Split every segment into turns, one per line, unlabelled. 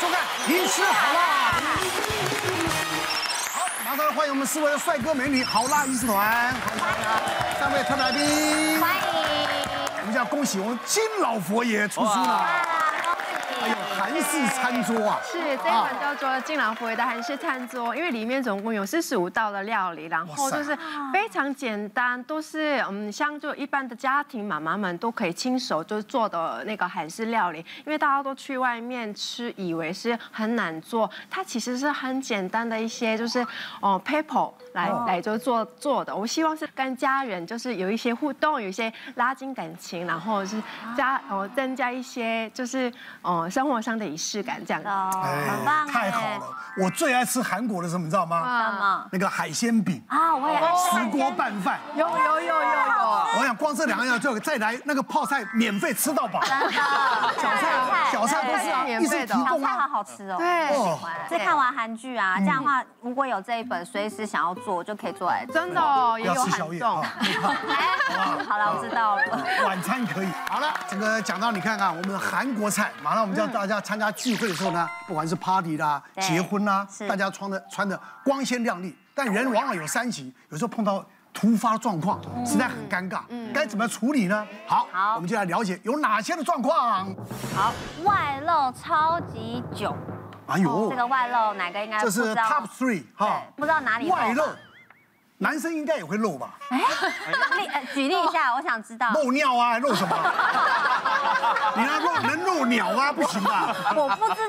收看《您吃好辣》。好，马上欢迎我们四位帅哥美女好辣一师团，欢迎大家三位特来宾。
欢迎，
我们要恭喜我们金老佛爷出书了，
哎
哎呦，韩式餐桌啊，
是这一款叫做“金兰佛爷”的韩式餐桌，因为里面总共有四十五道的料理，然后就是非常简单，都是嗯，像就一般的家庭妈妈们都可以亲手就做的那个韩式料理。因为大家都去外面吃，以为是很难做，它其实是很简单的一些，就是哦 paper 来来就做做的。我希望是跟家人就是有一些互动，有一些拉近感情，然后是加哦增加一些就是哦生活上的仪式感这样子。
哦，很棒
太
哎，
好啊了！我最爱吃韩国的什么，你知道吗？
啊
干嘛？
那个海鲜饼、
啊，我也爱吃
石锅拌饭。
有有有有有，
我想光这两样就再来那个泡菜，免费吃到饱。
真的小
菜小菜都是啊，
对
一直提
小
供
菜好
啊。嗯
好吃哦。
对，
哦，
所以看完韩剧啊，这样的话，如果有这一本，随时想要做，我就可以 做来吃。
真的哦，也
不要
有
吃宵
寒
夜
重
啊。，没怕
哎好了，我知道了。
晚餐可以。好了，这个讲到你看啊看我们的韩国菜，马上我们叫大家参加聚会的时候呢，不管是 party 啦、
嗯对
结婚啦，
是
大家穿的穿的光鲜亮丽，但人往往有三急，有时候碰到。突发状况实在很尴尬，该怎么处理呢？好，
嗯好
我们就来了解有哪些的状况。
好，外露超级久，
哎呦
哦这，个外露哪个应该不
这
知
是
道？
top three 哈
对，，不知道哪里啊
外露
吧，
男生应该也会露吧？
例 呃举例一下，我想知道。
露尿啊，露 什么？你那露能露鸟啊，不行吧？
我不知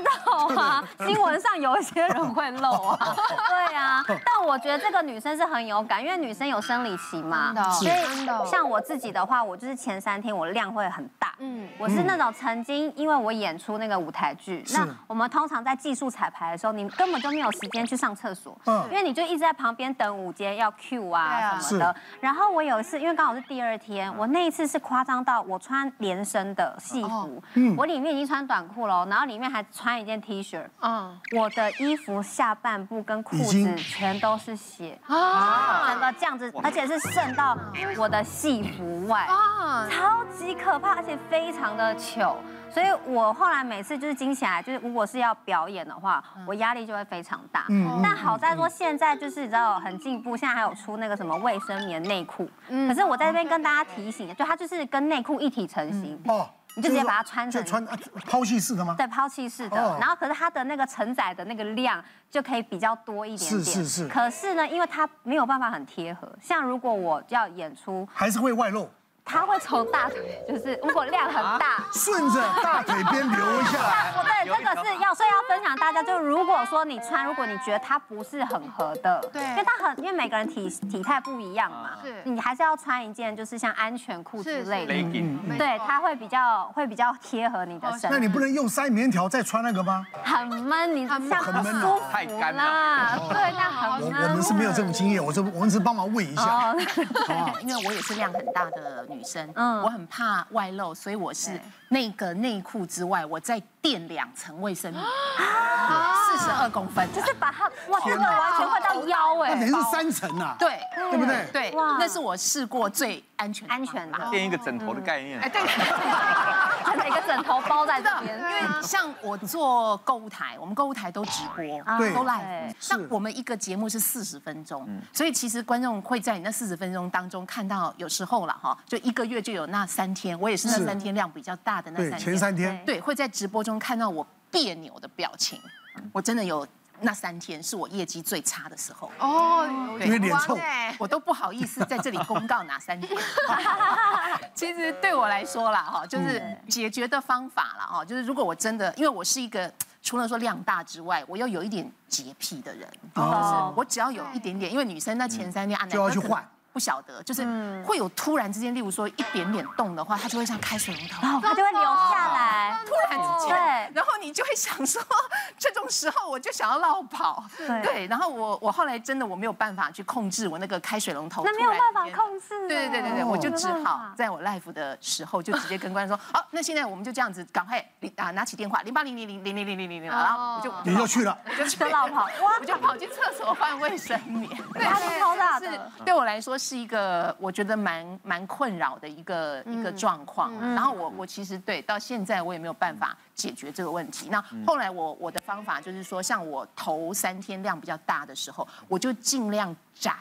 道啊，新闻上有一些人会漏啊。 对啊，但我觉得这个女生是很有感，因为女生有生理期嘛
真的，
所
真的
以像我自己的话，我就是前三天我量会很大。嗯
嗯，
我是那种曾经因为我演出那个舞台剧，那我们通常在技术彩排的时候，你根本就没有时间去上厕所，
嗯
因为你就一直在旁边等午间要 Q
对
啊
啊嗯
什么的。然后我有一次，因为刚好是第二天，我那一次是夸张到我穿连身的戏
哦
服，
嗯
我里面已经穿短裤了，哦然后里面还穿一件 T 恤，
嗯
我的衣服下半部跟裤
已
子
经
全都是血，
啊
整个这样子，而且是渗到我的戏服外，
啊，
超级可怕，而且非常的糗。所以我后来每次就是惊起来，就是如果是要表演的话，我压力就会非常大。
嗯
但好在说现在就是你知道很进步，现在还有出那个什么卫生棉内裤。可是我在这边跟大家提醒，就它就是跟内裤一体成型。
哦，
你就直接把它穿
就
成
是穿啊抛弃式的吗？
对，抛弃式的。
哦
然后可是它的那个承载的那个量就可以比较多一点点。
是是是
可是呢，因为它没有办法很贴合，像如果我要演出，
还是会外露，
它会从大腿，就是如果量很大。
顺着大腿边流下来。
我对，这个是要，所以要分享大家。就如果说你穿，如果你觉得它不是很合的，
对
因为它很，因为每个人体体态不一样
啊
嘛，
是
你还是要穿一件就是像安全裤之
是
类的，
legging，
没
对，
错
它会比较会比较贴合你的
哦
身
那
体，
你不能又塞棉条再穿那个吗？
很闷，你这样
很
不
闷啊
舒
太
服
干了
啦，对，这样很
我
闷。
我们是没有这种经验，我这我们是帮忙问一下。
哦，
因为我也是量很大的女生，
嗯
嗯，我很怕外露，所以我是那个内裤之外，我再垫两层卫生棉，四十二公分，
就是把它，啊哇，这个完全会到腰
那等于
哎，
是三层啊，
对
对不对？
对
哇，
那是我试过最安全
安全的
方法
垫一个枕头的概念啊
哎，。对，
它的一个枕头包在
知
这
道，
边，
因为像我做购物台，我们购物台都直播，
对
都
啊对
live。那
是嗯
我们一个节目是四十分钟，所以其实观众会在你那四十分钟当中看到，有时候了哈，就一个月就有那三天，我也是
是
那三天量比较大的那
对，
三
前
天，
三天
对，会在直播中看到我别扭的表情，我真的有那三天是我业绩最差的时候。
哦，
因为脸臭
哎，
我都不好意思在这里公告哪三天。 其实对我来说啦，哈，就是解决的方法啦，哈，就是如果我真的，因为我是一个除了说量大之外，我又有一点洁癖的人，就是我只要有一点点，因为女生那前三天啊，
哦嗯就要去
男生可能
换
不晓得，就是会有突然之间，例如说一点点动的话，它就会像开水龙
哦
头。
它就会流下来，
突然之间，
对
然后你就会想说，这种时候我就想要绕跑，
对
对。然后我我后来真的我没有办法去控制我那个开水龙头，
那没有办法
控。
控制。
对对对对对，
哎
我就只
没有办
好
法
在我 live 的时候就直接跟观众说，哦，那现在我们就这样子，赶快啊拿起电话零八零零零零零零零零，然后我就
你就去了，
我就去
就绕跑
我就跑去厕所换卫生棉。对
压力超大的
是对我来说是一个我啊觉得蛮蛮困扰的一个一个状况。然后我我其实对到现在我也没有没有办法解决这个问题。那后来我我的方法就是说，像我头三天量比较大的时候，我就尽量宅，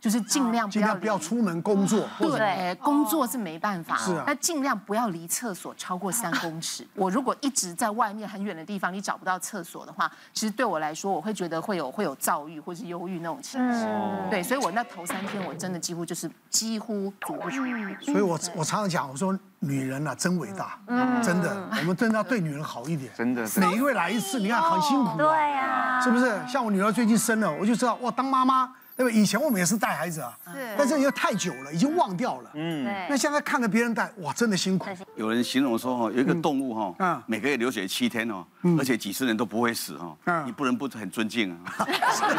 就是尽量不
尽
要
量
离
不要出门工作，或者哦
对，哎工作是没办法，
是啊
那尽量不要离厕所超过三公 尺。我如果一直在外面很远的地方，你找不到厕所的话，其实对我来说，我会觉得会有会有躁郁或是忧郁那种情绪。对，所以我那头三天我真的几乎就是几乎足不出户。
所以我我常常讲，我说女人呐、真伟大，
嗯
真的，我们真的要对女人好一点，
真的真的
每一位来一次，你看很辛苦、啊，
对呀、
是不是？像我女儿最近生了，我就知道哇，当妈妈，对吧？以前我们也是带孩子啊，
是
但是又太久了，已经忘掉了。嗯，那
对，
现在看着别人带，哇，真的辛苦。
有人形容说哈，有一个动物哈，
嗯
每个月流血七天哦，而且几十人都不会死哦，
嗯
你不能不很尊敬啊。
真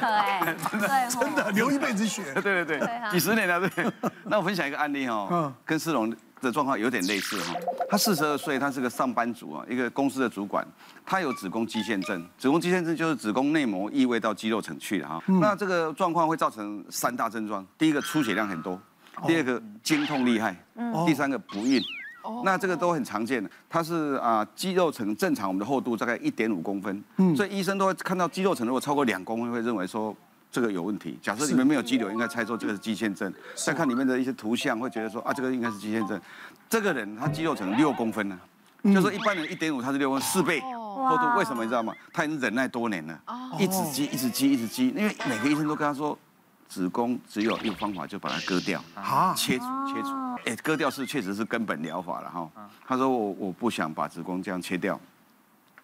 的哎，对，
真的 流一辈子血，
对对对
啊，
几十年 了对。那我分享一个案例哦
嗯，
跟世龙的状况有点类似哈。他四十二岁，他是个上班族啊，一个公司的主管，他有子宫肌腺症。子宫肌腺症就是子宫内膜异位到肌肉层去了哈。
嗯
那这个状况会造成三大症状：第一个出血量很多，
哦
第二个经痛厉害，
嗯
第三个不孕。那这个都很常见的，它是啊肌肉层正常我们的厚度大概一点五公分，所以医生都会看到肌肉层如果超过两公分会认为说这个有问题。假设里面没有肌瘤，应该猜说这个是肌腺症。再看里面的一些图像，会觉得说啊这个应该是肌腺症。这个人他肌肉层六公分呢、就说一般人一点五他是六公分四倍厚度，为什么你知道吗？他已经忍耐多年了，一直积一直积一直积，因为每个医生都跟他说。子宫只有一个方法，就把它割掉
啊
切除切除，哎，割掉是确实是根本疗法了哈。他说我我不想把子宫这样切掉，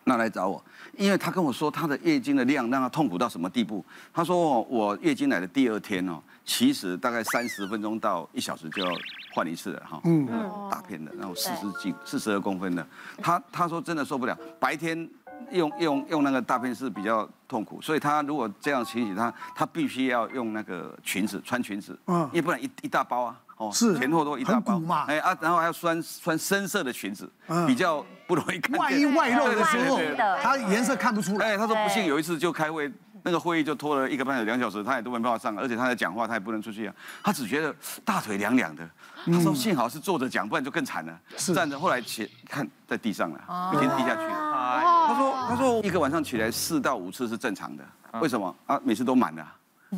那来找我，因为他跟我说他的月经的量让他痛苦到什么地步。他说哦，我月经来的第二天哦，其实大概三十分钟到一小时就要换一次了哈。嗯大片的，然后四十几、四十二公分的，他他说真的受不了，白天。用用用那个大片是比较痛苦，所以他如果这样情形，他他必须要用那个裙子穿裙子，
嗯
嗯，因为不然一一大包啊，哦，
是
前后都一大
很
包
鼓嘛
哎啊，然后还要穿穿深色的裙子，
嗯
比较不容易看见。
外衣外露的时候
对对对，
对
它颜色看不出来。
哎，他说不信，
对
有一次就开会，那个会议就拖了一个半小时、两小时，他也都没办法上，而且他在讲话，他也不能出去啊，他只觉得大腿凉凉的。
嗯
他说幸好是坐着讲，不然就更惨了。站着，后来起看在地上了，已经低下去了。他说
哦
他说一个晚上起来四到五次是正常的，为什么啊？每次都满了啊。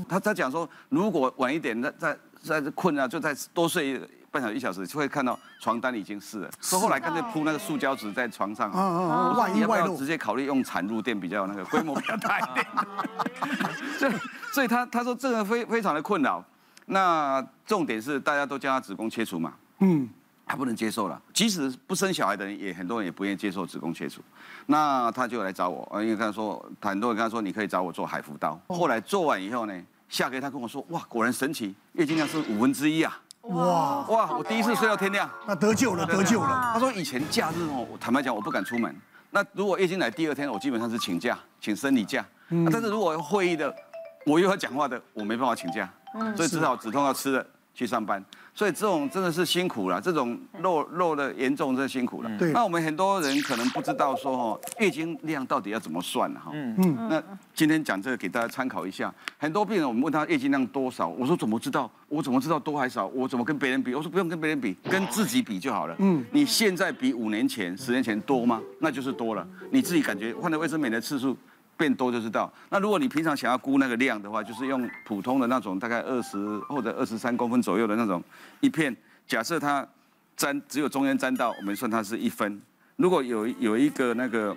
他他讲说，如果晚一点再再再困啊，就再多睡半小时一小时，就会看到床单已经湿了。所以后来干脆铺那个塑胶纸在床上
啊嗯
啊。
嗯嗯，外
你
衣
要不
外
要
露
直。接考虑用产褥垫比较那个规模比较大 一点？所以所以他他说这个非非常的困扰。那重点是大家都叫他子宫切除嘛，
嗯，
他不能接受了。即使不生小孩的人，也很多人也不愿意接受子宫切除。那他就来找我，呃因为他说很多人跟他说你可以找我做海服刀。后来做完以后呢，下个月他跟我说哇，果然神奇，月经量是五分之一啊！
哇，
哇，我第一次睡到天亮。
那得救了，得救了。
他说以前假日哦，我坦白讲我不敢出门。那如果月经来第二天，我基本上是请假，请生理假。那但是如果有会议的，我又要讲话的，我没办法请假，所以只好止痛药吃了去上班。所以这种真的是辛苦了，这种漏漏的严重，真的辛苦了。
对
那我们很多人可能不知道说哦，月经量到底要怎么算哈。嗯嗯。那今天讲这个给大家参考一下。很多病人我们问他月经量多少，我说怎么知道？我怎么知道多还少？我怎么跟别人比？我说不用跟别人比，跟自己比就好了。嗯。你现在比五年前、十年前多吗？那就是多了。你自己感觉换了卫生棉的次数。变多就知道。那如果你平常想要估那个量的话，就是用普通的那种大概二十或者二十三公分左右的那种一片，假设它粘只有中间粘到，我们算它是一分。如果有有一个那个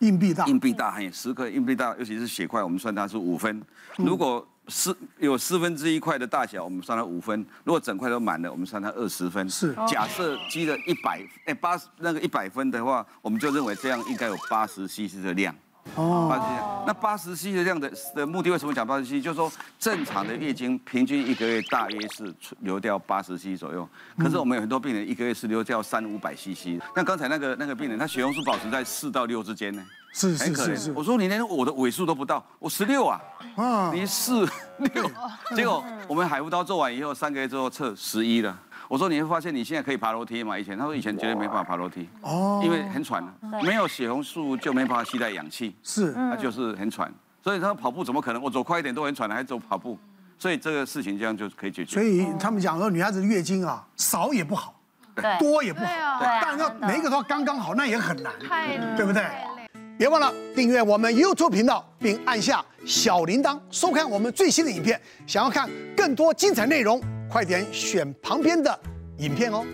硬币大，
硬币大，嘿，十克硬币大，尤其是血块，我们算它是五分。如果四有四分之一块的大小，我们算它五分；如果整块都满了，我们算它二十分。
是
假设积了一百，哎，八十那个一百分的话，我们就认为这样应该有八十 cc 的量。哦，八十 cc。那八十 cc 的量的的目的为什么讲八十 cc？就是说正常的月经平均一个月大约是流掉八十 cc 左右，可是我们有很多病人一个月是流掉三五百 cc。那刚才那个那个病人，他血红素保持在四到六之间呢。
是
很
是
可
是
怜。
是
我，说你连我的尾数都不到，我十六啊，
啊，
你四六， 结果我们海服刀做完以后，三个月之后测十一了。我说你会发现你现在可以爬楼梯吗？以前他说以前绝对没办法爬楼梯，
哦
哦，因为很喘，没有血红素就没办法吸带氧气，
是
那就是很喘。所以他说跑步怎么可能？我走快一点都很喘了，还走跑步？所以这个事情这样就可以解决。
所以他们讲说，女孩子月经啊少也不好，
对
多也不
对哦
好，
对啊
但要
真的
每一个都要刚刚好，那也很难，
太
对不对
太累了？
别忘了订阅我们 YouTube 频道，并按下小铃铛，收看我们最新的影片。想要看更多精彩内容，快点选旁边的影片哦。